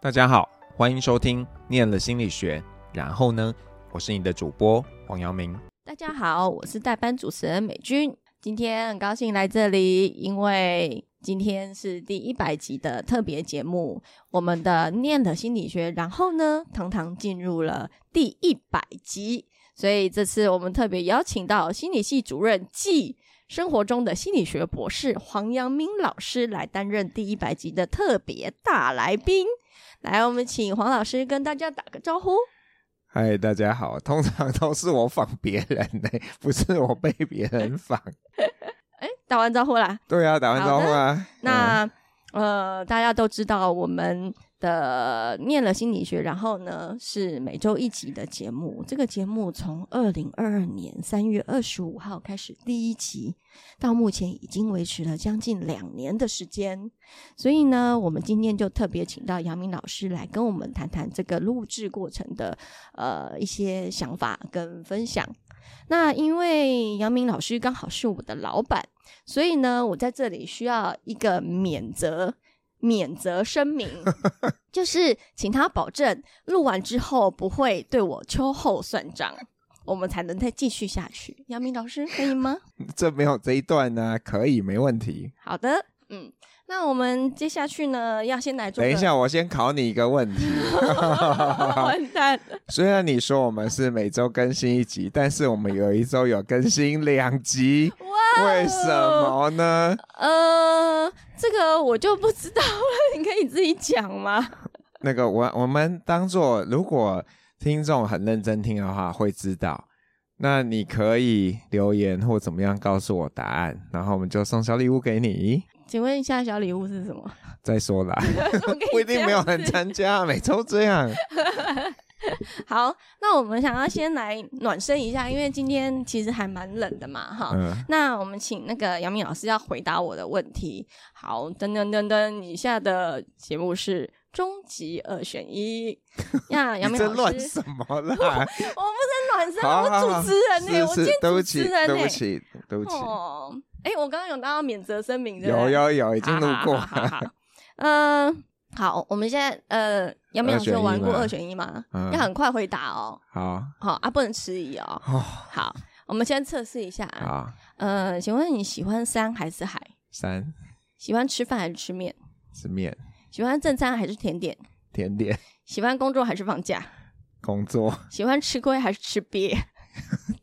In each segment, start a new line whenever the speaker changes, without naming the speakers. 大家好，欢迎收听《念了心理学》，然后呢，我是你的主播黄阳明。
大家好，我是代班主持人美君。今天很高兴来这里，因为今天是第一百集的特别节目，我们的念的心理学。然后呢，堂堂进入了第一百集，所以这次我们特别邀请到心理系主任暨生活中的心理学博士黄阳明老师来担任第一百集的特别大来宾。来，我们请黄老师跟大家打个招呼。
嗨，大家好，通常都是我仿别人 呢、不是我被别人仿。
哎，打完招呼啦。
对啊，打完招呼啊。嗯、
那、呃，大家都知道我们的念了心理学，然后呢是每周一集的节目。这个节目从二零二二年三月二十五号开始第一集，到目前已经维持了将近两年的时间。所以呢，我们今天就特别请到杨明老师来跟我们谈谈这个录制过程的呃一些想法跟分享。那因为杨明老师刚好是我的老板，所以呢，我在这里需要一个免责免责声 明，就是请他保证录完之后不会对我秋后算账，我们才能再继续下去。杨明老师可以吗？
这没有这一段呢、可以没问题。
好的，嗯，那我们接下去呢，要先来做
等一
个，
下，我先考你一个问题。
完蛋了，
虽然你说我们是每周更新一集，但是我们有一周有更新两集，
哇哦
为什？么呢？
呃，这个我就不知道了，你可以自己讲吗？
那个我我们当做，如果听众很认真听的话，会知道。那你可以留言或怎么样告诉我答案，然后我们就送小礼物给你。
请问一下，小礼物是什 么？
再说啦，
我跟你
不一定没有
这样
人
子
参加，每周这样。
好，那我们想要先来暖身一下，因为今天其实还蛮冷的嘛，哈。
嗯，
那我们请那个杨明老师要回答我的问题。好，噔噔噔噔，以下的节目是终极二选一。 那杨
你
明
这
老师，我
乱
不是
什么啦？
暖身，
好好
我
好
主持人呢、
是
我今
是
天，
对不
主
起，
持人呢、
对不起，对不起，
欸哦，哎、我刚刚有拿到免责声明，对不
有
对
有有，已经录过
好好好好好嗯、好，我们现在呃，杨明老师有玩过
二
二
选
选一吗？
嗯
要很快回答哦，
好
好啊，不能迟疑哦。
哦，
好，我们先测试一下。
好，
呃，请问你喜欢山还是海？
三
喜欢吃饭还是吃面？
是面
喜欢正餐还是甜点？
甜点
喜欢工作还是放假？
工作，
喜欢吃亏还是吃瘪？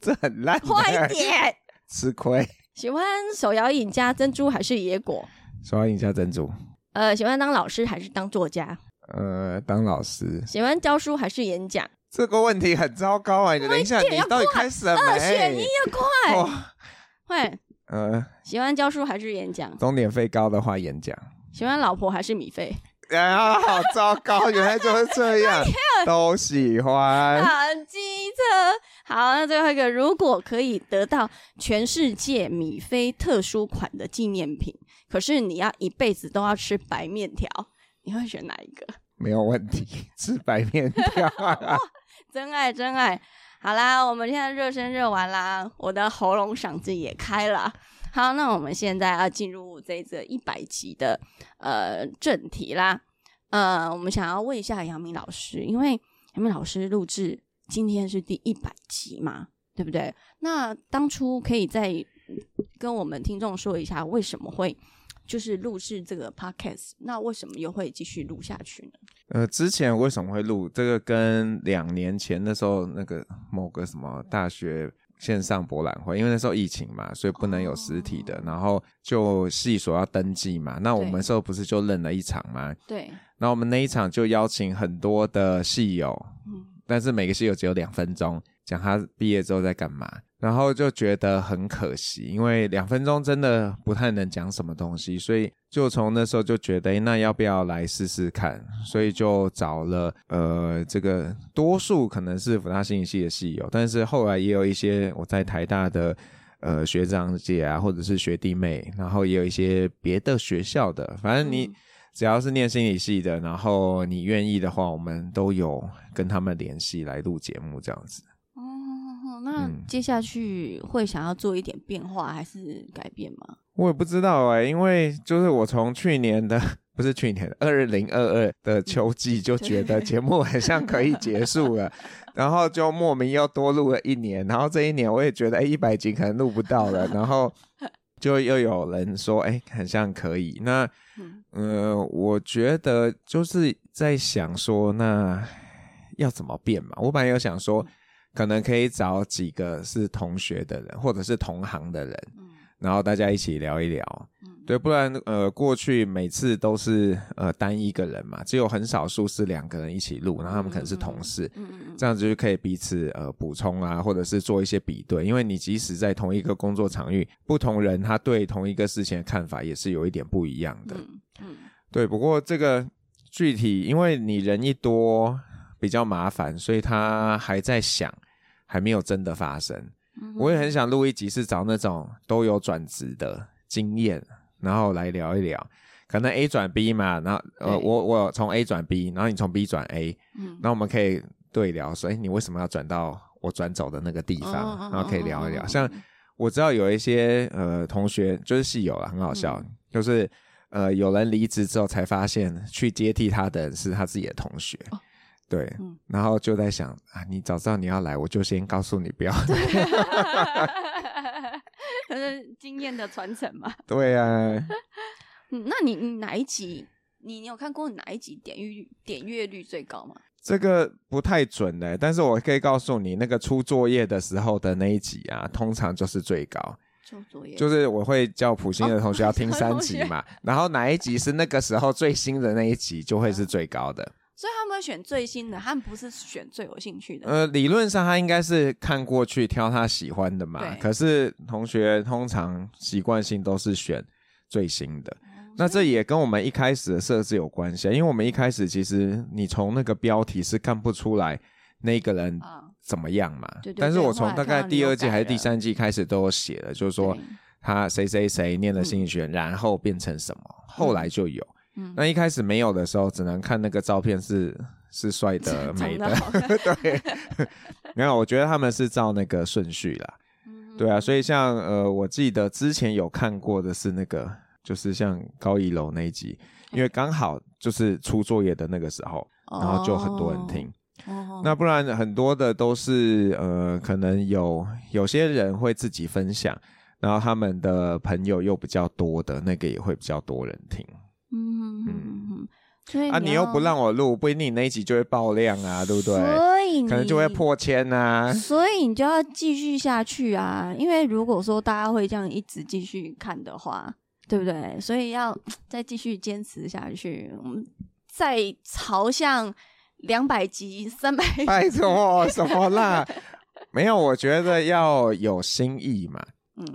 这很烂的，
快点！
吃亏。
喜欢手摇饮加珍珠还是野果？
说要赢下珍珠，
呃，喜欢当老师还是当作家？
呃，当老师
喜欢教书还是演讲？
这个问题很糟糕啊！你等一下，你到底开始了没？
二选一啊要快！
哇
会
呃，
喜欢教书还是演讲？
终点费高的话，演讲，
喜欢老婆还是米菲？
啊，好糟糕，原来就是 这样，都喜欢。
好机车。好，那最后一个，如果可以得到全世界米菲特殊款的纪念品，可是你要一辈子都要吃白面条，你会选哪一个？
没有问题，吃白面条、 啊。
真爱，真爱。好啦，我们现在热身热完啦，我的喉咙嗓子也开了。好，那我们现在要进入这一则一百集的呃正题啦。呃，我们想要问一下杨明老师，因为杨明老师录制今天是第一百集嘛，对不对？那当初可以再跟我们听众说一下，为什么会就是录制这个 podcast？那为什么又会继续录下去呢？
呃，之前为什么会录这个？跟两年前那时候那个某个什么大学线上博览会，因为那时候疫情嘛，所以不能有实体的，
哦
然后就系所要登记嘛。那我
对
们那时候不是就认了一场吗？
对，
然后我们那一场就邀请很多的戏友，
嗯，
但是每个戏友只有两分钟，讲他毕业之后在干嘛，然后就觉得很可惜，因为两分钟真的不太能讲什么东西，所以就从那时候就觉得，诶那要不要来试试看？所以就找了呃，这个多数可能是福大心理系的戏友，但是后来也有一些我在台大的。呃，学长姐啊，或者是学弟妹，然后也有一些别的学校的，反正你、
嗯
只要是念心理系的，然后你愿意的话，我们都有跟他们联系来录节目这样子。
哦，那
嗯
接下去会想要做一点变化还是改变吗？
欸我也不知道哎、因为就是我从去年的 不是去年二零二二的秋季就觉得节目好像可以结束了，然后就莫名又多录了一年，然后这一年我也觉得哎一百集可能录不到了，然后就又有人说哎很像可以，那
嗯
呃我觉得就是在想说那要怎么变嘛，我本来有想
嗯
说可能可以找几个是同学的人或者是同行的人，
嗯
然后大家一起聊一聊。
嗯
对，不然呃，过去每次都是呃单一个人嘛，只有很少数是两个人一起录，然后他们可能是同事，
嗯嗯
这样子就可以彼此呃补充啊，或者是做一些比对，因为你即使在同一个工作场域，不同人他对同一个事情的看法也是有一点不一样的。
嗯嗯
对，不过这个具体因为你人一多比较麻烦，所以他还在想，还没有真的发生。
嗯，
我也很想录一集，是找那种都有转职的经验，然后来聊一聊。可能 A 转 B 嘛，然后呃，
对
我我从 A 转 B，然后你从 B 转 A，
嗯
那我们可以对聊说，哎，你为什么要转到我转走的那个地
哦
方？
哦
然后可以聊一
哦
聊。
哦
像我知道有一些呃同学就是戏友啦，很好
嗯
笑，就是呃有人离职之后才发现，去接替他的人是他自己的同学。
哦
对，
嗯
然后就在想啊，你早知道你要来，我就先告诉你不要
可是经验的传承嘛。
对啊，
嗯，那你你哪一集？你你有看过哪一集点阅点阅率最高吗？
这个不太准的，但是我可以告诉你，那个出作业的时候的那一集啊，通常就是最高。
做作业
就是我会叫普
哦
星的同学要听三集 嘛，然后哪一集是那个时候最新的那一集，就会是最高的。
所以他们会选最新的，他们不是选最有兴趣的。
呃，理论上他应该是看过去挑他喜欢的嘛，
对
可是同学通常习惯性都是选最新的。
哦
那
所
这
以
也跟我们一开始的设置有关系啊，因为我们一开始其实你从那个标题是看不出来那个人
啊，
怎么样嘛。
对对
但是
对
我
后
从
来
大
看
概
到
第
你有
二季
改
还是第
了
三季开始都有写了，就是说
对
他谁谁谁念了心理学，然后变成什么，后来就有。
嗯，
那一开始没有的时候，只能看那个照片是是帅的、美
长
的
得。好看
对， 没有，我觉得他们是照那个顺序啦。
嗯
对啊，所以像呃，我记得之前有看过的是那个，就是像高一楼那一集，因
哎
为刚好就是出作业的那个时候， 然后就很多人听。
哦。
那不然很多的都是呃，可能有有些人会自己分享，然后他们的朋友又比较多的那个也会比较多人听
嗯嗯嗯嗯，所以
啊。你又不让我录，不一定你那一集就会爆量啊，对不对？
所以
可能就会破千啊。
所以你就要继续下去啊，因为如果说大家会这样一直继续看的话，对不对？所以要
嗯
再继续坚持下去，我们再朝向两百集、三百集。
拜托，什么 啦？没有，我觉得要有新意嘛。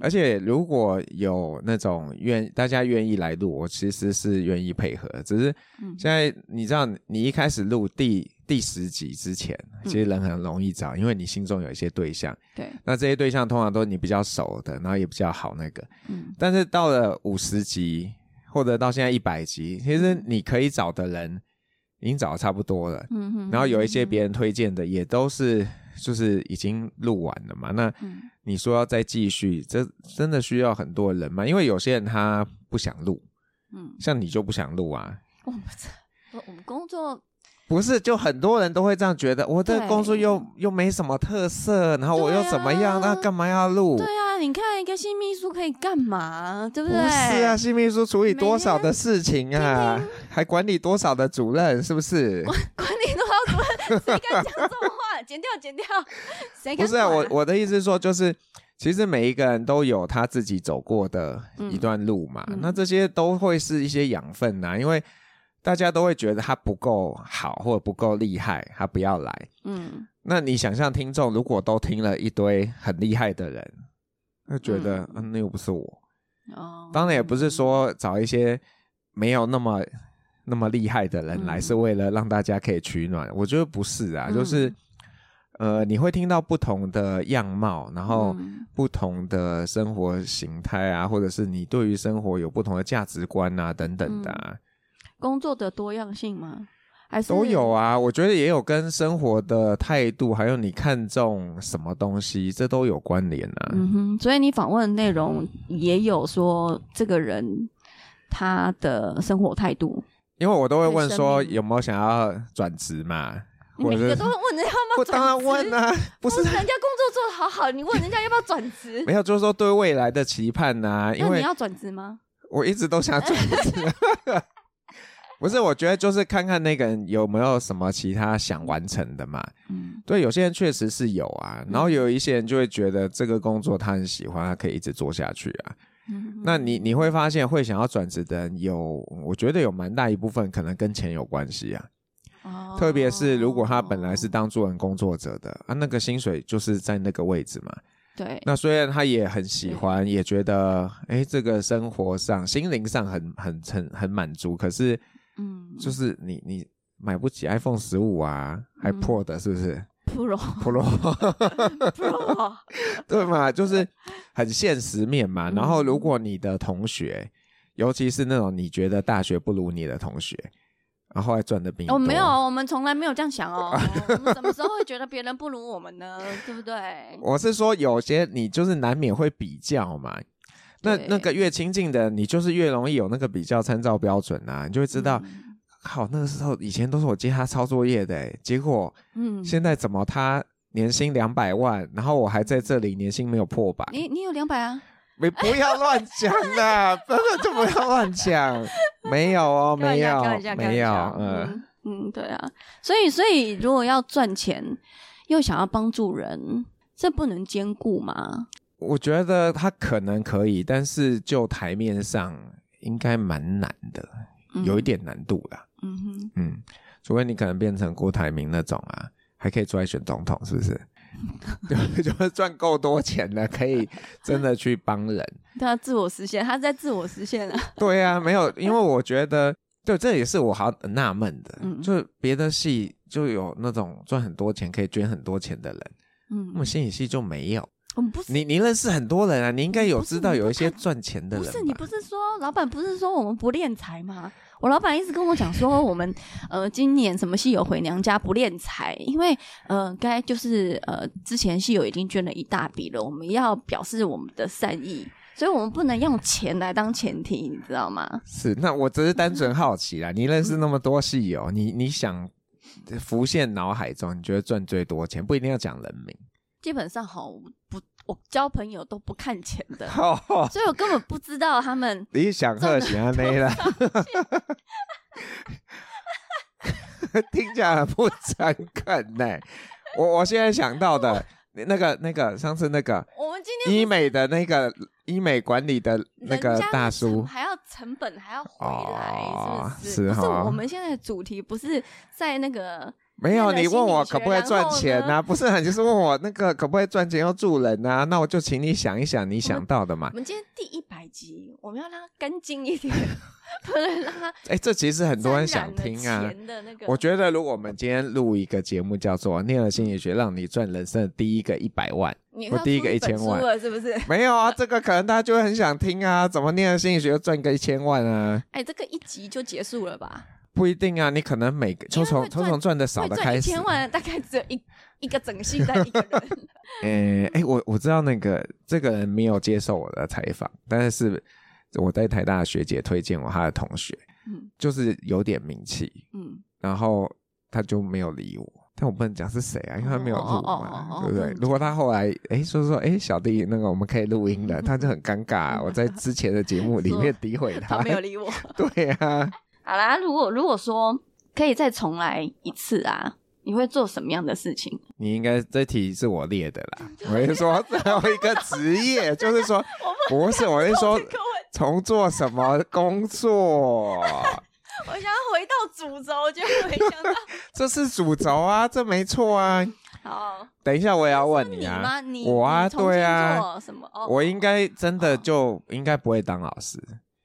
而
嗯，
且如果有那种愿大家愿意来录，我其实是愿意配合。只是
嗯
现在你知道，你一开始录第第十集之前，其实人很容易找，因为你心中有一些对象。
对，
那这些对象通常都是你比较熟的，然后也比较好那个。
嗯，
但是到了五十集或者到现在一百集，其实你可以找的人已经找的差不多了。
嗯哼
然后有一些，别人推荐的也都是就是已经录完了嘛，那
嗯
你说要再继续，这真的需要很多人吗？因为有些人他不想录，
嗯，
像你就不想录啊，
我们这我我们工
哦
作，
不是？就很多人都会这样觉得，我这个
对
工作又又没什么特色，然后我又怎么样，
对啊
那干嘛要录？
对啊，你看一个新秘书可以干嘛，对
不
对？
是啊，新秘书处理多少的事情啊
每天，
还管理多少的主任，是不是？
管理多少 主任，谁敢讲这种话？剪掉，剪掉，谁
不
敢、
是啊，我我的意思是说，就是其实每一个人都有他自己走过的一段路嘛，
嗯嗯
那这些都会是一些养分啊呐、因为大家都会觉得他不够好或者不够厉害，他不要来。
嗯，
那你想象听众如果都听了一堆很厉害的人，那觉得嗯
嗯
那又不是我。
哦，
当然也不是说找一些没有那么那么厉害的人来，
嗯
是为了让大家可以取暖。我觉得不是啊，就是呃，你会听到不同的样貌，然后
嗯
不同的生活形态啊，或者是你对于生活有不同的价值观啊等等的
嗯
啊、
工作的多样性吗？还是
都有
啊？
啊。我觉得也有跟生活的态度，还有你看重什么东西，这都有关联啊。
嗯哼，所以你访问的内容也有说这个人他的生活态度
因为我都会问说
对生命
有没有想要转职嘛，
你
或
每
者
个
是
都会问人家要 不
不
要
当然
转职，
问啊，不是
人家工作做得好好，你问人家要不要转职
没，有，就是说对未来的期盼呐、因
那你
为
要转职吗？
我一直都想转职。 不是，我觉得就是看看那个人有没有什么其他想完成的嘛。
嗯，
对，有些人确实是有啊，然后有一些人就会觉得这个工作他很喜欢，他可以一直做下去啊。
嗯
那你你会发现，会想要转职的人有，我觉得有蛮大一部分可能跟钱有关系啊。
哦
特别是如果他本来是当助人工作者的啊，那个薪水就是在那个位置嘛。
对，
那虽然他也很喜欢，也觉得哎，这个生活上、心灵上很很很很满足，可是
嗯，
就是你你买不起 iPhone 十五啊，还
嗯
Pro 的是不是
pro
？Pro
pro，
对嘛，就是很现实面嘛。
嗯
然后，如果你的同学，尤其是那种你觉得大学不如你的同学，然后后来赚的比你啊
我
多，
哦没有，我们从来没有这样 想哦。我们什么时候会觉得别人不如我们呢？对不对？
我是说，有些你就是难免会比较嘛。那
对
那个越亲近的，你就是越容易有那个比较参照标准啊，你就会知道，
嗯
靠、那个时候以前都是我接他抄作业的、欸，结果
嗯，
现在怎么他年薪两百万，然后我还在这里年薪没有破百，
你你有两百啊？
没不要乱讲啦，真的就不要乱讲，没有哦，
开玩
没
笑
有
开玩笑，开玩
没有
笑，
嗯，
嗯嗯，对啊。所以所以如果要赚钱，又想要帮助人，这不能兼顾吗？
我觉得他可能可以，但是就台面上应该蛮难的，
嗯
有一，点难度啦，
嗯哼，
嗯，除非你可能变成郭台铭那种啊，还可以出来选总统，是不是？ 就就是赚够多钱了，可以真的去帮人。
他自我实现，他在自我实现啊。
对啊，没有，因为我觉得，对，这也是我好很纳闷的，
嗯
就是别的戏就有那种赚很多钱可以捐很多钱的人，
嗯
我，们心理系就没有。
我们不是
你你认识很多人啊，你应该有
不是
知道
你
有
不
一些
看
赚钱的
不
人吧，
是你不是说老板不是说我们不练财吗？我老板一直跟我讲说我们呃今年什么戏友回娘家不练财，因为呃该就是呃之前戏友已经捐了一大笔了，我们要表示我们的善意，所以我们不能用钱来当前提，你知道吗？
是，那我只是单纯好奇啦。你认识那么多戏友，你你想浮现脑海中，你觉得赚最多钱，不一定要讲人名。，
基本上哈我不我交朋友都不看钱的
哦，
所以我根本不知道他们
你想喝喜欢没了，听起来很不诚恳呢、我我现在想到的那个那个上次那个
我们今天
医美的那个医美管理的那
人
个
家
大
的成
叔，
还要成本还要回来，
哦
是不是？
是
不是
哈
我们现在的主题不是在那个
没有，
那个
你问
心理
我
学
可不可以
然
赚
后
钱
呢
啊？不是啊，你 就是问我那个可不可以赚钱要助人啊？那我就请你想一想你想到的嘛
我。们今天第一百集，我们要让它干净一点，不能让它
哎，这其实很多人
沾
想
染了
听啊。
钱的那个，
我觉得如果我们今天录一个节目叫做《念了心理学》，让你赚人生的第一个一百万，
你
我
要
第一
出
个
本
1000万
书了，是不是？
没有啊？这个可能大家就会很想听啊。怎么念了心理学就赚个一千万啊？
哎，这个一集就结束了吧？
不一定啊，你可能每个就
因为
从
会
从
赚
从赚的少
会
的
赚
开
一
始
千。万，大概只有一一个整戏在一个 人。
诶，诶，我我知道那个这个人没有接受我的采访，但是我在台大的学姐推荐我她的同学，
嗯
就是有点名气，
嗯，
然后他就没有理我。但我不能讲是谁啊，因为他没有录
哦哦哦
嘛，
哦
对不对
嗯？
如果他后来哎说说哎小弟那个我们可以录 音了，
嗯
他就很尴尬啊。我在之前的节目里面诋毁
他
他
没，有理我。
对啊，
好啦，如果如果说可以再重来一次啊，你会做什么样的事情？
你应该这题是我列的啦。我是说最后一个职业，就是 说不是，我是说
这个问
从做什么工作，
我想要回到主轴，就没想到。
这是主轴啊，这没错啊。
好，
等一下我也要问
你
啊，
吗？你
我啊
你重
对
新
啊
做什么？哦，
我应该真的
哦
就应该不会当老师。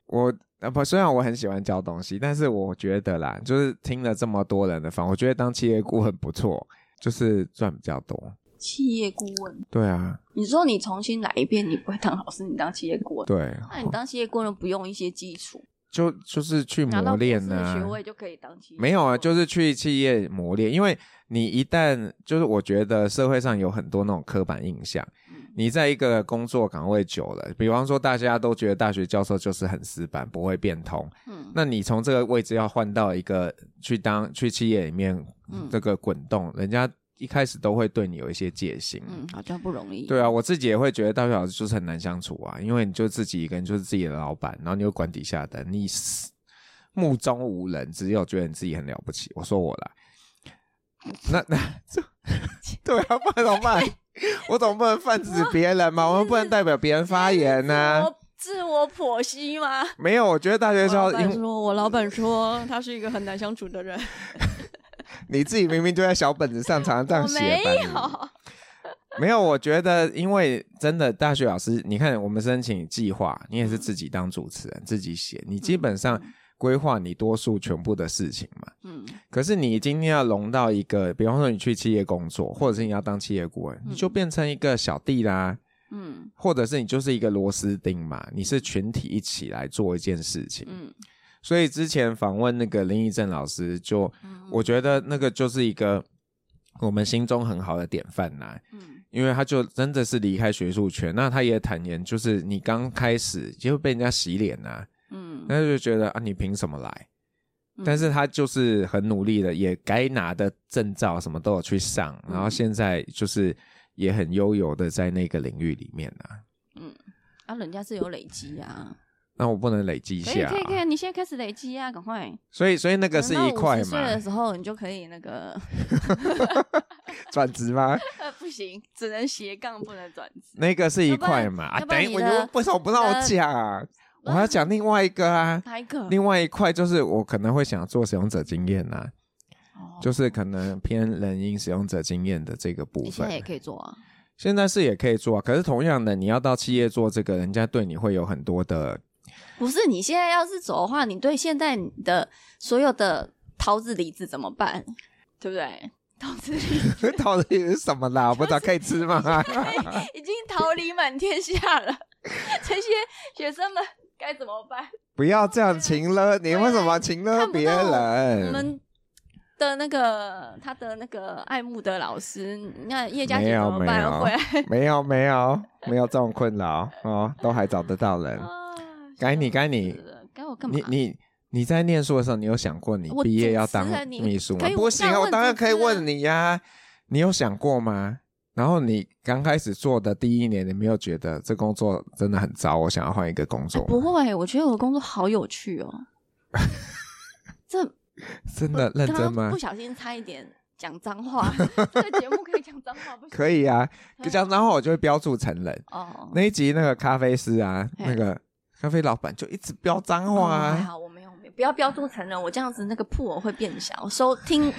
我呃不，虽然我很喜欢教东西，但是我觉得啦，就是听了这么多人的访，我觉得当企业顾问不错，就是赚比较多。
企业顾问。
对啊，
你说你重新来一遍，你不会当老师，你当企业顾问。
对，
那你当企业顾问不用一些基础，
就就是去
拿
磨
到
练啊
博士
呢、
的学位就可以当企业顾问。
没有啊，就是是去企业磨练，因为你一旦就是我觉得社会上有很多那种刻板印象，
嗯
你在一个工作岗位久了，比方说大家都觉得大学教授就是很死板，不会变通，
嗯，
那你从这个位置要换到一个去当去企业里面
嗯
这个滚动，人家一开始都会对你有一些戒心。
嗯，好像不容易。
对啊，我自己也会觉得大学老师就是很难相处啊，因为你就自己一个人，就是自己的老板，然后你又管底下的，你是目中无人，只有觉得你自己很了不起。我说我啦，那那 这对啊，不然怎么办？我总不能泛 指别人嘛，我们不能代表别人发言呐、
我自我剖析吗？
没有，我觉得大学
我
时候
老，板说，我老板说他是一个很难相处的人。
你自己明明就在小本子上常常这样
我
写
没
吧你
有，
没有，我觉得因为真的大学老师，你看我们申请计划，你也是自己当主持人，自己写，你基本上规划你多数全部的事情嘛。
嗯，
可是你今天要融到一个，比方说你去企业工作，或者是你要当企业顾问，你就变成一个小弟啦，
嗯
或者是你就是一个螺丝钉嘛，你是群体一起来做一件事情。
嗯
所以之前访问那个林义正老师就，
嗯
我觉得那个就是一个我们心中很好的典范啦。
嗯
因为他就真的是离开学术圈，那他也坦言，就是你刚开始就会被人家洗脸啊，
嗯
那就觉得啊，你凭什么来？
嗯
但是他就是很努力的，也该拿的证照什么都有去上，
嗯
然后现在就是也很悠游的在那个领域里面啊。
啊，人家是有累积啊，
那我不能累积一
可以
下、
可以可
啊，
以，你现在开始累积啊，赶快。
所以所以那个是一块
等到
嘛
50岁，的时候你就可以那个，
转职吗？
呃，不行，只能斜杠，不能转职。
那个是一块嘛。啊，
要不
等
然
一
要
我就
不然你的呃
为什么不让我讲啊？我还要讲另外一个啊。
哪一个？
另外一块就是我可能会想做使用者经验呐、
哦
就是可能偏人因使用者经验的这个部
你现
分
在。也可以做啊。
现在是也可以做、啊，可是同样的，你要到企业做这个，人家对你会有很多的，
不是，你现在要是走的话，你对现在你的所有的桃子、梨子怎么办？对不对？桃子、梨子
到底是什么啦？我不知道可以吃吗？
已经桃李满天下了， 这些学生们该怎么办？
不要这样情了，你为什么情了
看不
别
到我
人？
们的那个他的那个爱慕的老师，那叶嘉
没
琪怎
有
么
没有
办？回来
没有没有没有这种困扰哦，都还找得到人。
啊
该你该你，
笑死了该我干嘛？哎
你你你在念书的时候，你有想过你
我
毕业
主
要
持
当
人你
秘书吗
可以？
不
我
行啊，
这样
我
问
当然
主
可以
持
问
人
你呀、你有想过吗？然后你刚开始做的第一年，你没有觉得这工作真的很糟，我想要换一个工
哎
作吗？
不会，我觉得我的工作好有 趣哦。这
真的认
刚
真
刚
吗
不？小心差一点讲脏话，这个节目可以讲脏话不行？
可以啊，
对
讲然后我就会标注成人。
哦。
那一集那个咖啡师啊，
嘿
那个咖啡老板就一直标脏话
哦还
啊，
好我没有，没有不要标注成人，我这样子那个铺我会变小，收听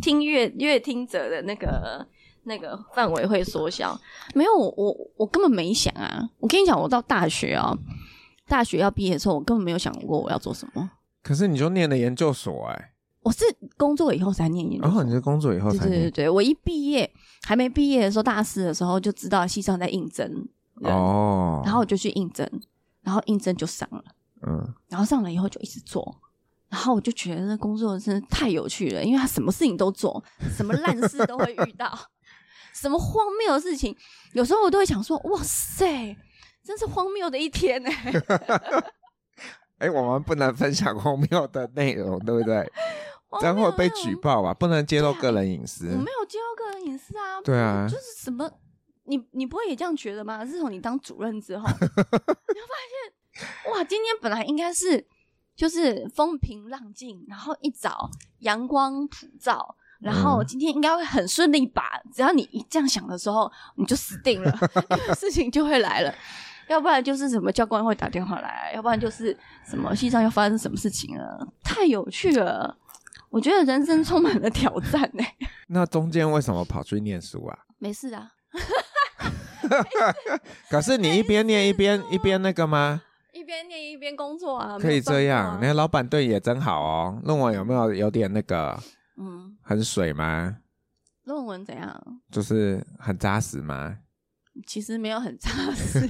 听乐乐听者的那个那个范围会缩小。没有，我我我根本没想啊！我跟你讲，我到大学啊，大学要毕业的时候，我根本没有想过我要做什么。
可是你就念了研究所哎、
我是工作以后才念研究
然
所
后你就工作以后
对
哦才
对对
念
对，我一毕业还没毕业的时候，大四的时候就知道系上在应征人，
哦，
然后我就去应征，然后应征就上了，
嗯，
然后上了以后就一直做。然后我就觉得那工作真的太有趣了，因为他什么事情都做， 什么烂事都会遇到， 什么荒谬的事情，有时候我都会想说，哇塞，真是荒谬的一天欸呢、
哎、我们不能分享荒谬的内容，对不对？
荒
这样会
谬啊
被
到
举报吧？不能揭露个人隐
我
私
没。有揭露个人隐私啊。
对啊
就是什么，你你不会也这样觉得吗？自从你当主任之后， 你会发现，哇，今天本来应该是就是风平浪静，然后一早阳光普照。然后
嗯
今天应该会很顺利吧？只要你一这样想的时候，你就死定了， 事情就会来了。要不然就是什么教官会打电话来，要不然就是什么西藏又发生什么事情了，太有趣了。我觉得人生充满了挑战欸呢、
那中间为什么跑去念书啊？
没事的啊、
可是你一边念一边一边那个吗？
一边念一边工作哎啊，
可以这样，
没
那
有办法啊
老板对也真好哦。论文有没有有点那个
嗯，
很水吗？
论文怎样？
就是很扎实吗？
其实没有很扎实。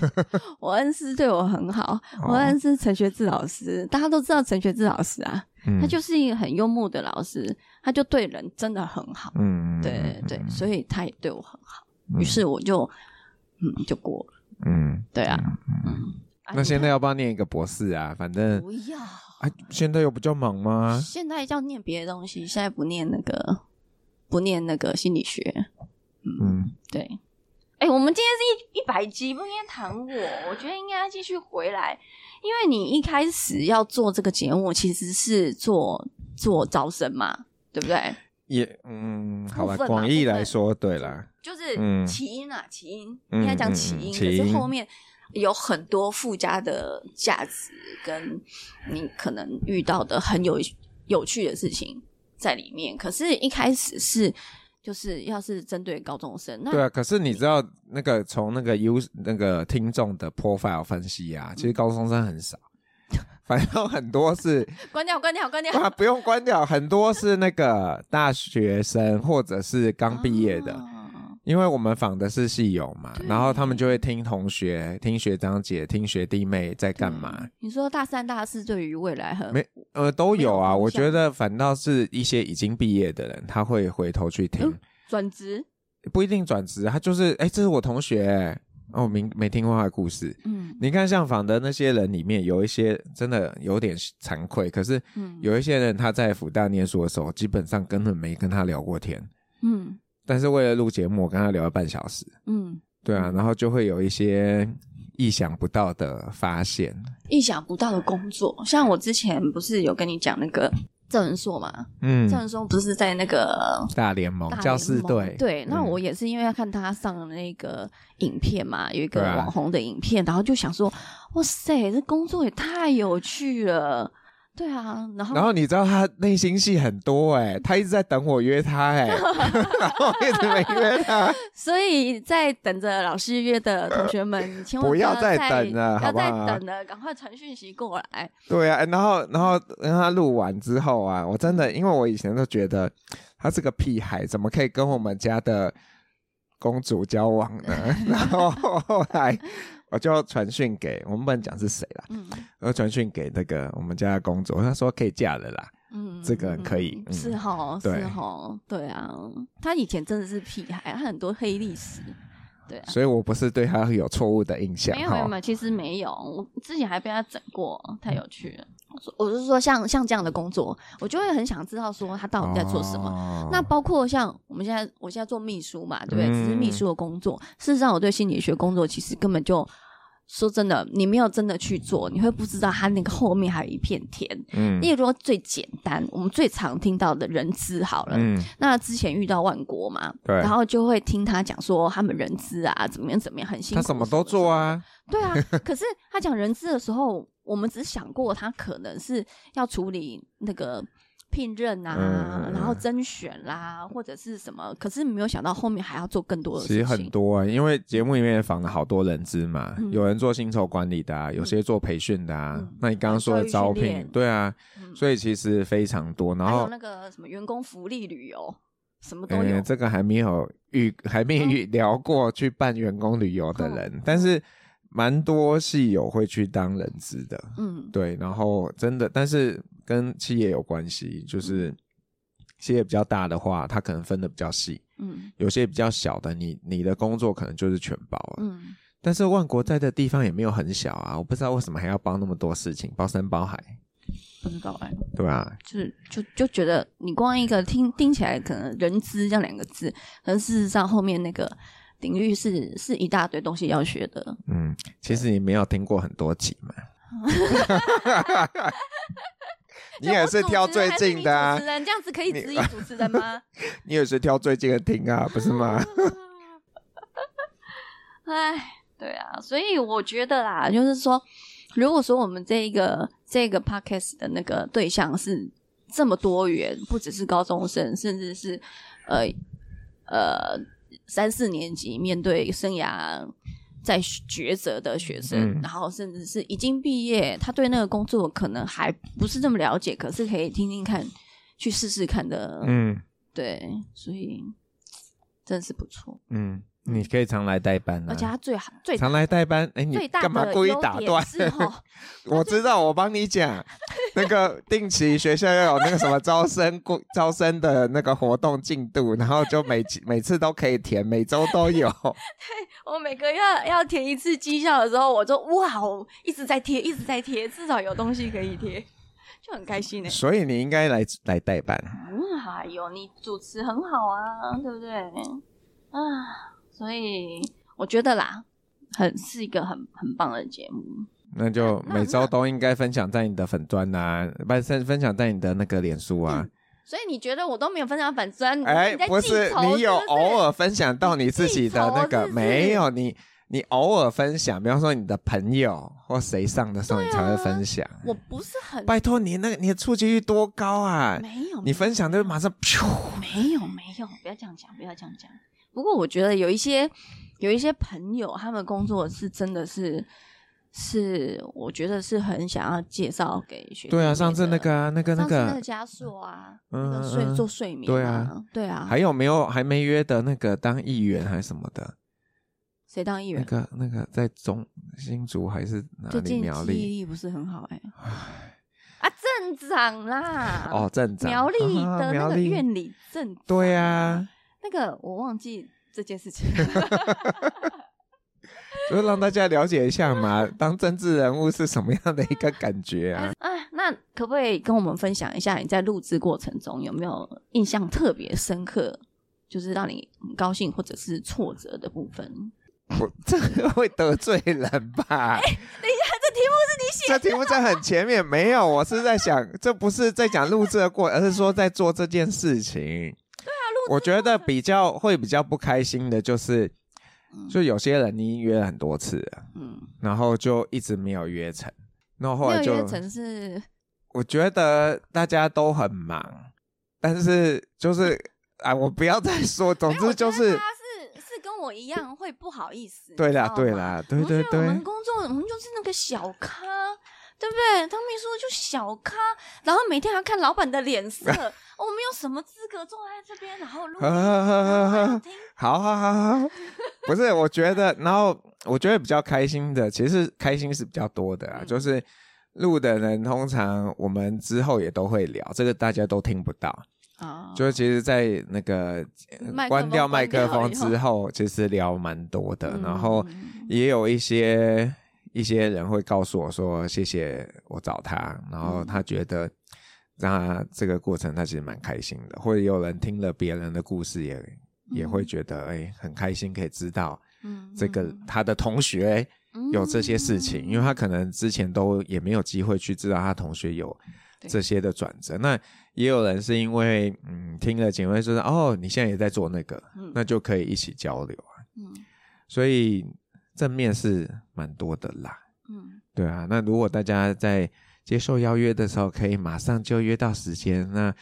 我恩师对我很好，
哦
我恩师陈学志老师，大家都知道陈学志老师啊，
嗯
他就是一个很幽默的老师，他就对人真的很好，
嗯，嗯
对对，所以他也对我很好，
嗯
于是我就嗯就过了，
嗯，
对啊，嗯，啊
那现在要不要念一个博士啊？反啊
你看
正
不要
哎，现在有比较忙吗？
现在要念别的东西，现在不念那个，不念那个心理学。
嗯，
对，哎、我们今天是一一百集，不应该谈我，我觉得应该继续回来，因为你一开始要做这个节目，其实是做做招生嘛，对不对？
也嗯，好吧，
部分嘛啊
广义
部分
来说，对啦，
就是
嗯
起因啊，起因
嗯
应该讲起
嗯嗯
因，
嗯
可
起
是
因
后面有很多附加的价值，跟你可能遇到的很有有趣的事情在里面。可是，一开始是就是要是针对高中生，那
对啊。可是你知道那个从那个 U 那个听众的 profile 分析
嗯
啊，其实高中生很少， 反正很多是
关掉，关掉，关掉。
啊，不用关掉，很多是那个大学生或者是刚毕业的。
啊
因为我们访的是戏友嘛，
对
然后他们就会听同学、听学长姐、听学弟妹在干嘛，
嗯你说大三、大四对于未来很
没呃，都有
没
啊。
有方
我
向
觉得反倒是一些已经毕业的人，他会回头去听，
嗯转职，
不一定转职，他就是哎，这是我同学、哦，我明没听过他的故事。
嗯
你看，像访的那些人里面，有一些真的有点惭愧，可是
嗯
有一些人他在福大念书的时候，基本上根本没跟他聊过天，
嗯
但是为了录节目，我跟他聊了半小时。
嗯，
对啊，然后就会有一些意想不到的发现。
意想不到的工作，像我之前不是有跟你讲那个郑仁硕嘛，
嗯
郑仁硕不是在那个
大联盟
大联
教士
盟
队，
对，那
嗯
我也是因为要看他上的那个影片嘛，有一个
对啊
网红的影片，然后就想说，哇塞，这工作也太有趣了，对啊，然后
然后你知道他内心戏很多哎、他一直在等我约他 哎、 然后我一直没约他。
所以在等着老师约的同学们，千万
呃不要
要
再
再
等了
不
好
要
不
再
好
等了，赶快传讯息过来。
对啊，然后然后跟他录完之后啊，我真的因为我以前都觉得他是个屁孩，怎么可以跟我们家的公主交往呢？ 然后后来我就传讯给我们不能讲是谁啦，
嗯
我就传讯给那个我们家的公主，他说可以嫁了啦。
嗯，
这个可以嗯
是吼，
对
是吼，对啊，他以前真的是屁孩，他很多黑历史，对啊。
所以我不是对他有错误的印象
没有没有没
哈。
有，其实没有，我之前还被他整过，太有趣了。我说我是说像像这样的工作，我就会很想知道说他到底在做什么。
么
那包括像我们现在，我现在做秘书嘛，对不对？只是秘
嗯
书的工作。事实上，我对心理学工作其实根本就说真的，你没有真的去做，你会不知道他那个后面还有一片天。
嗯
例如说最简单，我们最常听到的人资好了，
嗯
那之前遇到万国嘛，
对，
然后就会听他讲说他们人资啊怎么样怎么样很辛苦，
他什么都做啊，
对啊， 可是他讲人资的时候，我们只想过他可能是要处理那个聘任啊，
嗯
然后甄选啦、或者是什么，可是没有想到后面还要做更多的
其实
事
很
情。
多啊、因为节目里面也访了好多人资嘛，
嗯
有人做薪酬管理的啊，有些做培训的啊。
嗯
那你刚刚说的招
教育训
聘，
练
对啊，
嗯
所以其实非常多。然
还有
后
那，个什么员工福利旅游，什么都有。嗯
呃，这个还没有遇，还没遇聊过去办员工旅游的人，但是蛮多戏友会去当人资的。
嗯
对，然后真的，但是跟企业有关系，就是
嗯
企业比较大的话，它可能分的比较细；
嗯
有些比较小的，你你的工作可能就是全包了。
嗯，
但是万国在的地方也没有很小啊，我不知道为什么还要包那么多事情，包山包海，
不知道哎、
对吧？
就是就就觉得你光一个听听起来可能人资这样两个字，可是事实上后面那个领域是是一大堆东西要学的。
嗯，其实你没有听过很多集 嘛，你也是挑最近的
主
啊
持，人这样子可以质疑主持 人吗？
你也是挑最近的听啊，不是 吗？
唉，对啊，所以我觉得啦，就是说，如果说我们这一个这个 podcast 的那个对象是这么多元，不只是高中生，甚至是呃呃三四年级面对生涯在抉择的学生，
嗯
然后甚至是已经毕业，他对那个工作可能还不是这么了解，可是可以听听看，去试试看的，
嗯
对，所以真是不错，
嗯，你可以常来代班啊，
而且他最好最
常来代班，哎，你
最大
干嘛
的
故意
优
打
点
断？
是哦吼
我知道，我帮你讲，那 个定期学校要有那个什么招生过招生的那个活动进度，然后就每集每次都可以填，每周 都有。
我每个月要贴哦一次绩效的时候，我就哇，我一直在贴，一直在贴，至少有东西可以贴。
就很开心呢、
所以你应该来来代班。
嗯，哎呦，你主持很好啊，对不对？啊，所以我觉得啦，很是一个很很棒的节目。
那就每周都应该分享在你的粉砖呐、啊，不是分分享在你的那个脸书啊。
所以你觉得我都没有分享粉砖？
哎、
嗯你在
不
记
是，
仇
你有
不是
偶尔分享到你自己的
记
那
仇
个
是不是
没有？你你偶尔分享，比方说你的朋友或谁上的时候，你才会
啊
分享。
我不是很
拜托你那个你的触及率多高啊！
没有，
你分享就马上噗，
没有没有，不要这样讲，不要这样讲。不过我觉得有一些有一些朋友，他们工作是真的是是，我觉得是很想要介绍给学弟妹的。
对啊，上次那个啊，那个那
上次那个
个，
加速啊，
嗯
那个睡
嗯
做睡眠、
对
啊
啊，
对啊，
还有没有还没约的那个当议员还是什么的？
谁当议
那
员？
个那个在中新竹还是哪
最
里
近
苗
记忆
栗？
力不是很好哎、啊，镇长啦，
哦，镇长
啊苗栗
啊
的那
苗
个
栗
院里镇，
对啊，
那个我忘记这件事情。
就是让大家了解一下嘛，当政治人物是什么样的一个感觉啊？
哎，那可不可以跟我们分享一下你在录制过程中有没有印象特别深刻，就是让你很高兴或者是挫折的部分？
我 这个会得罪人
哎
吧？
这题目
这题目在很前面，没有，我是在想，这不是在讲录制的过程，而是说在做这件事情。对啊，录我觉得比较会比较不开心的就是，就有些人你约了很多次了，
嗯，
然后就一直没有约成，然后后来
没有
就
约成是
我觉得大家都很忙，但是就是啊，我不要再说，
哎
总之就是。
他是是跟我一样会不好意思，
对
你
啦，
知道
对
吗。
啦，
哦我
对
觉
对
得我
对
们，工作，我们就是那个小咖，对不对？当秘书就小咖，然后每天还要看老板的脸 色，我们有什么资格坐在这边，然后录音，
呵呵呵
然后
呵
还要
呵
听
好好好好，不是，我觉得，然后我觉得比较开心的，其实开心是比较多的啊，
嗯
就是录的人通常我们之后也都会聊，这个大家都听不到，
啊
就是其实，在那个呃
麦克
关
风
掉
关
麦克
掉
风
以嗯
之后，其实聊蛮多的，然后也有一些一些人会告诉我说谢谢我找他，然后
嗯
他觉得让他这个过程他其实蛮开心的，或者有人听了别人的故事也也会觉得哎、很开心，可以知道
嗯
这个他的同学有这些事情，因为他可能之前都也没有机会去知道他同学有
对
这些的转折。那也有人是因为嗯听了警卫说哦你现在也在做那个，
嗯
那就可以一起交流啊，
嗯
所以正面是蛮多的啦。
嗯
对啊，那如果大家在接受邀约的时候，可以马上就约到时间，那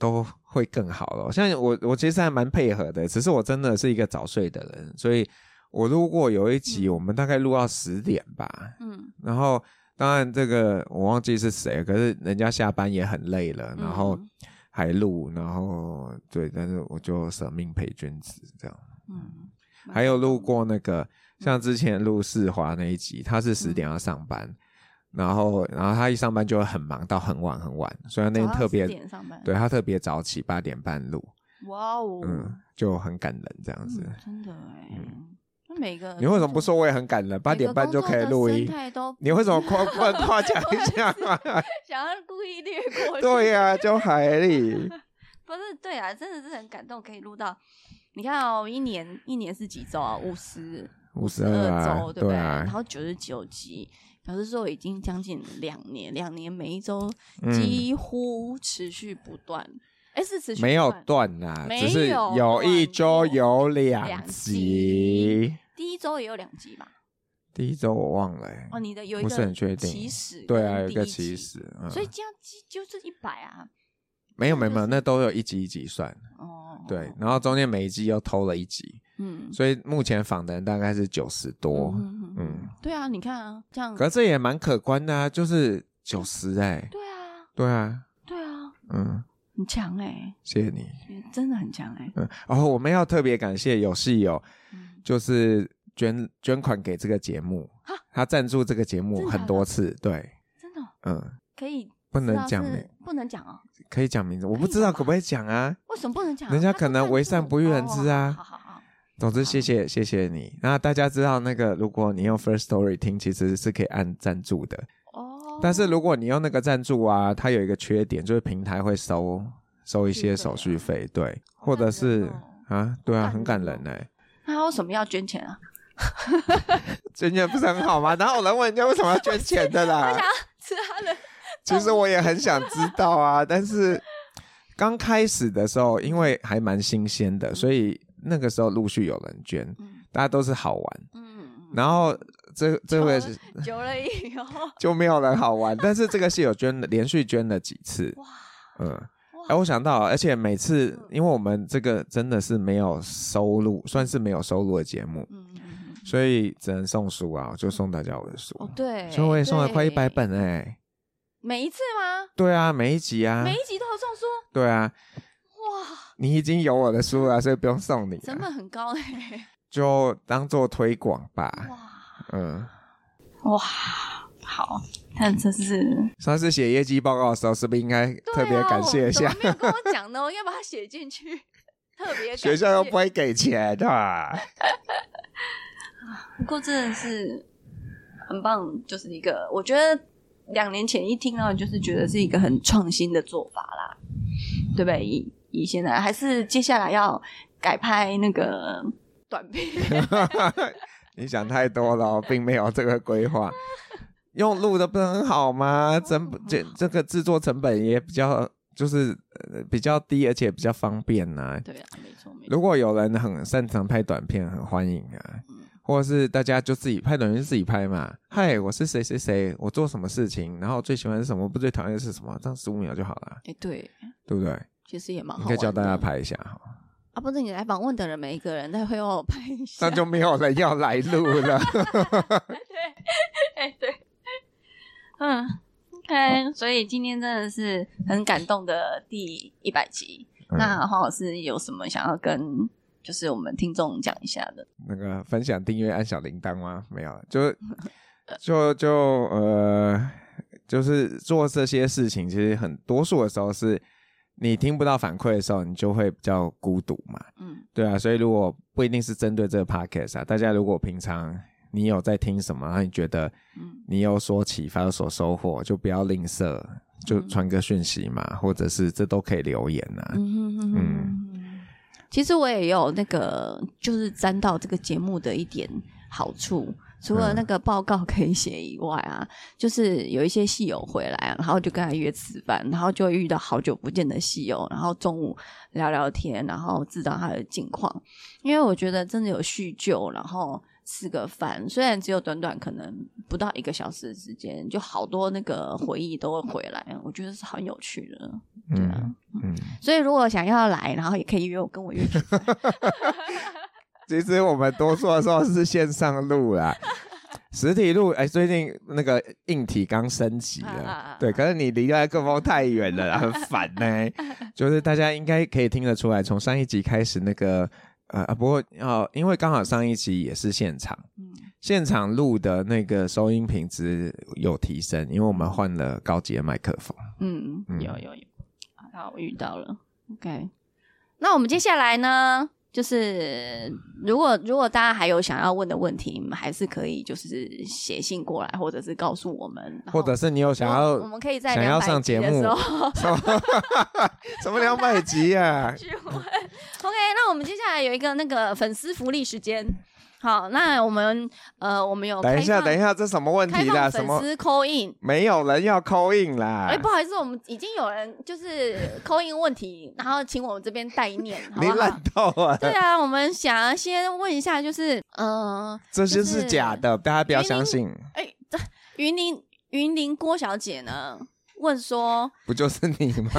都会更好了。像我，我其实还蛮配合的，只是我真的是一个早睡的人，所以我如果有一集我们大概录到十点吧，
嗯
然后当然这个我忘记是谁，可是人家下班也很累了，然后
嗯
还录，然后对，但是我就舍命陪君子这样。
嗯，
还有录过那个，像之前录世华那一集，他是
嗯
十点要上班，然后然后他一上班就会很忙到很晚很晚，所以他那天特别
早上10点上班
对他特别早起，八点半录，
哇哦，
嗯，就很感人这样
嗯
子。
真的哎，那每个
你为什么不说我也很感人？八
每个
点半就可以录
工
音
作的生，态都
你为什 么夸夸夸奖一下嘛？
想要故意略 过去？
对呀、就海里，
不是对啊，真的是很感动，可以录到。你看哦，一年一年是几周啊？五十
52啊
周，对不
对啊
然后九十九集，表示说已经将近两年，两年每一周
嗯
几乎持续不断。哎、是持续
没有
不断
断啦，
没有
只是有一周有两
两
集
集，第一周也有两集吧？
第一周我忘了、欸
哦，，你的有一
不
个
是很确定
起始
对啊，
跟
有一个
第集
起始，嗯、
所以这样就就是一百啊。
没有没有没
就
有，
是
那都有一集一集算，
哦，
对。然后中间每一集又偷了一集，
嗯，
所以目前访的人大概是九十多，
嗯嗯嗯
嗯，
对啊，你看啊，这样
可是这也蛮可观的啊，就是九十哎，
对啊，
对啊，
对啊，
嗯，
很强哎、
谢谢你，
也真的很强哎、
嗯，然、后我们要特别感谢有戏友，
嗯，
就是捐捐款给这个节目
哈，
他赞助这个节
啊真
目
的
很
假
多
的
次，对，
真的哦
嗯，
可以
不
知道是，
能讲名，
不能讲哦，
可以讲名字，我
可
不
以
知
的
道可不
吧
可以讲啊，
为什么不能讲啊？
人家
他
可
都
能
赞
为
助
善不欲人知啊
哦好好好，
总之，
好
谢谢谢谢你。那大家知道那个，如果你用 First Story 听，其实是可以按赞助的。
哦，哦
但是如果你用那个赞助啊，它有一个缺点，就是平台会收收一些手
啊
续费，对，或者是
哦
啊，对啊，很感人哎、
那为什么要捐钱 啊？
捐钱不是很 好吗？然后有人问人家为什么要捐钱的啦？
是他的
其实我也很想知道啊，但 是刚开始的时候，因为还蛮新鲜的，所以那个时候陆续有人捐
嗯，
大家都是好玩。
嗯，
然后这这回
久
是
久了以后，
就没有人好玩，但是这个戏有捐了，连续捐了几次，
哇
嗯。哎、
哇，
我想到了，而且每次，因为我们这个真的是没有收入，算是没有收入的节目，
嗯，嗯嗯
所以只能送书啊，我就送大家我的书，
哦对，
所以我也送了快一
对
百，本哎、
每一次吗？
对啊，每一集啊
每，一集都有送书，
对啊，
哇，
你已经有我的书了，所以不用送你、
成
啊，
本很高欸嘞，
就当做推广吧。
哇
嗯，
哇，好，但这是
上次写业绩报告的时候，是不是应该
对啊
特别感谢一下？
我怎么没有跟我讲呢，我应该把它写进去，特别感谢
学校又不会给钱啊的、
不过真的是很棒，就是一个我觉得两年前一听到就是觉得是一个很创新的做法啦，对不对？以以现在还是接下来要改拍那个短片，
你想太多了哦，并没有这个规 划。用录的不是很好
哦
吗？成本这这个制作成本也比较就是、呃比较低，而且比较方便呐、
对啊，没错没错，
如果有人很擅长拍短片，很欢迎啊，
嗯
或者是大家就自己拍短片，自己拍嘛。嗨，我是谁谁谁，我做什么事情，然后最喜欢是什么，不最讨厌是什么，这样十五秒就好了，
哎对，
对不对？
其实也蛮
你
好
可以
玩
教大家
的
拍一下 哈，
啊，不是你来访问的人每一个人，待会我拍一
那
下，
就没有人要来录了。
哎 对，嗯，OK，所以今天真的是很感动的第一百集。
嗯、
那黄老师有什么想要跟就是我们听众讲一下的？
那个分享、订阅、按小铃铛吗？没有， 就就就呃，就是做这些事情，其实很多数的时候是你听不到反馈的时候，你就会比较孤独嘛。
嗯，
对啊，所以如果不一定是针对这个 podcast 啊，大家如果平常你有在听什么，然后你觉得
嗯
你有所启发、有所收获，就不要吝啬，就
嗯
传个讯息嘛，或者是这都可以留言呐、啊。
嗯嗯，其实我也有那个就是沾到这个节目的一点好处。除了那个报告可以写以外啊， 就是有一些戏友回来，然后就跟他约吃饭，然后就会遇到好久不见的戏友，然后中午聊聊天，然后知道他的近况。因为我觉得真的有叙旧，然后吃个饭，虽然只有短短可能不到一个小时的时间，就好多那个回忆都会回来，我觉得是很有趣的。对啊
嗯嗯，
所以如果想要来，然后也可以约我跟我约去。
其实我们多数的时候是线上录啦。实体录，哎、最近那个硬体刚升级了，
啊啊啊啊
对，可是你离麦克风太远了啦，很烦呢、就是大家应该可以听得出来，从上一集开始那个，呃，啊不过哦，因为刚好上一集也是现场，
嗯
现场录的那个收音品质有提升，因为我们换了高级的麦克风。
嗯，
嗯
有有有，好，我遇到了。OK，那我们接下来呢，就是如果如果大家还有想要问的问题，你们还是可以就是写信过来，或者是告诉我们，然后
或者是你有想要
我我们可以在
想要
200
上
集
节
的
目
时候
什么 什么两百集啊？
去问。OK，那我们接下来有一个那个粉丝福利时间。好，那我们呃，我们有
等一下，
开放
等一，下，这什么问
开
题啦？
放
什
粉
么？
丝 call in。
没有人要扣印啦。
哎、不好意思，我们已经有人就是扣音问题，然后请我们这边代念，好
你
不好
懒？惰 啊！
对啊，我们想要先问一下，就是呃，
这些是假的，大家不要相信。
哎、 这云林云林郭小姐呢问说，
不就是你吗？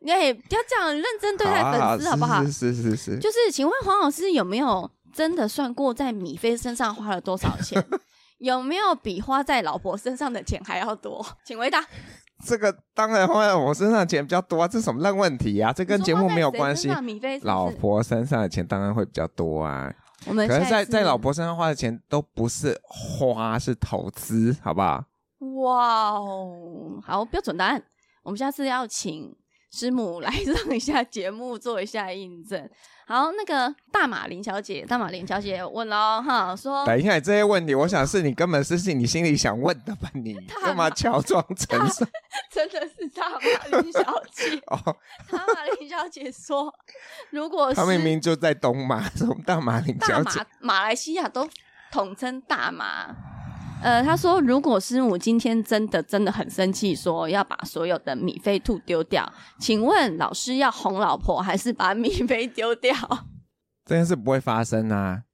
你也不要这样认真 对待粉丝好不好？
啊是是是是是。
就是请问黄老师有没有真的算过在米菲身上花了多少 钱？有没有比花在老婆身上的钱还要多？请回答。
这个当然花在我身上的钱比较多啊，这什么烂问题啊？这跟节目没有关系
你说花在谁身。上米菲是不是
老，婆身上的钱当然会比较多啊，
我们
可是
下
在，在
一次
老婆身上花的钱都不是花，是投资，好不好？
哇哦，好标准答案。我们下次要请师母来 上一下节目，做一下印证。好，那个大马林小姐，大马林小姐问喽哈，说
等一下，哎这些问题，我想是你根本是是你心里想问的吧？ 你干嘛乔装成什
真的是大马林小姐，
哦，
大马林小姐说，如果
他
是
明明就在东马，什么大马林
大
小
马
姐，
马来西亚都统称大马。呃，他说，如果师母今天真的真的很生气，说要把所有的米菲兔丢掉，请问老师要哄老婆还是把米菲丢掉？ 不
这件事不会发生啊，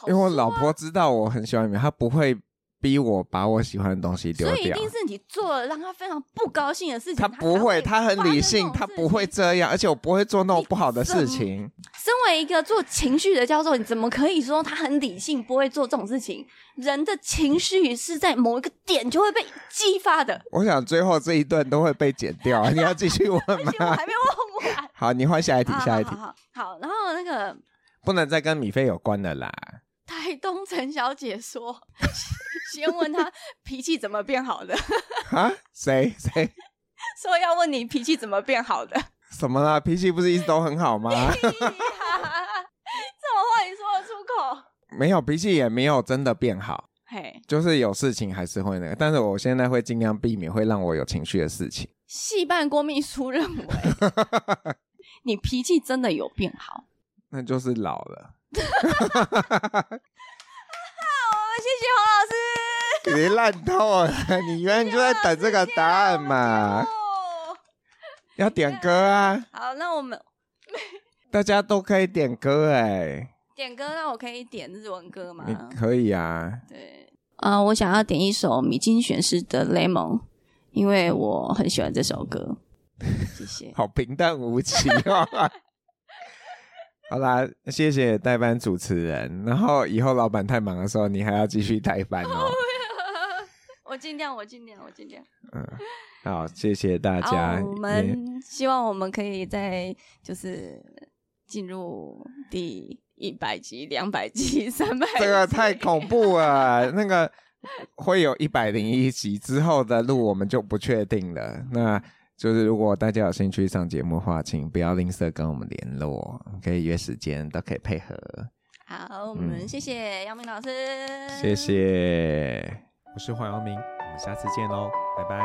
好
因为我
说
老婆知道我很喜欢你们，她不会逼我把我喜欢的东西丢
所以一
掉。
定是你做了让他非常不高兴的事情，
她
才
不会，她很理性，
发
她
生这种
不会
事情。
这样，而且我不会做那种
你
不好的
怎
事
么
情。
身为一个做情绪的教授，你怎么可以说他很理性，不会做这种事情？人的情绪是在某一个点就会被激 发的。
我想最后这一段都会被剪掉啊！你要继续问
而且我
吗？
还没问完。
好，你换下一题
啊好，
下一题
好，好好好然后那个
不能再跟米菲有关的啦。
台东陈小姐说， 先问她脾气怎么变好的，
啊？谁谁
说要问你脾气怎么变好 的。
什么啦？脾气不是一直都很好吗？
哎呀这种话你说得出口？
没有，脾气也没有真的变好，
嘿，
就是有事情还是会那个。但是我现在会尽量避免会让我有情绪的事情。
戏办郭秘书认为， 你脾气真的有变好。
那就是老了，
好，谢谢黄老师。
你烂透了，你原来就在等这个答案嘛？
哦，
要点歌啊，
好，那我们
大家都可以点歌哎、
点歌，那我可以点日文歌吗？
你可以啊。
对，啊、我想要点一首米津玄师的《Lemon》，因为我很喜欢这首 歌。谢谢。
好平淡无奇哦。 好啦，谢谢代班主持人。然后以后老板太忙的时候，你还要继续代班 哦。
我尽量，我尽量，我尽量。
好，谢谢大家。
啊好我
也
们希望我们可以在就是进入第一百集、两百集、三 百。
这个太恐怖了，那个会有一百零一集之后的路，我们就不确定了。那就是如果大家有兴趣上节目的话，请不要吝啬跟我们联络，可以约时间，都可以配合。
好，
嗯
我们谢谢杨明老师，
谢。谢，我是黄耀明，我们下次见喽，拜拜。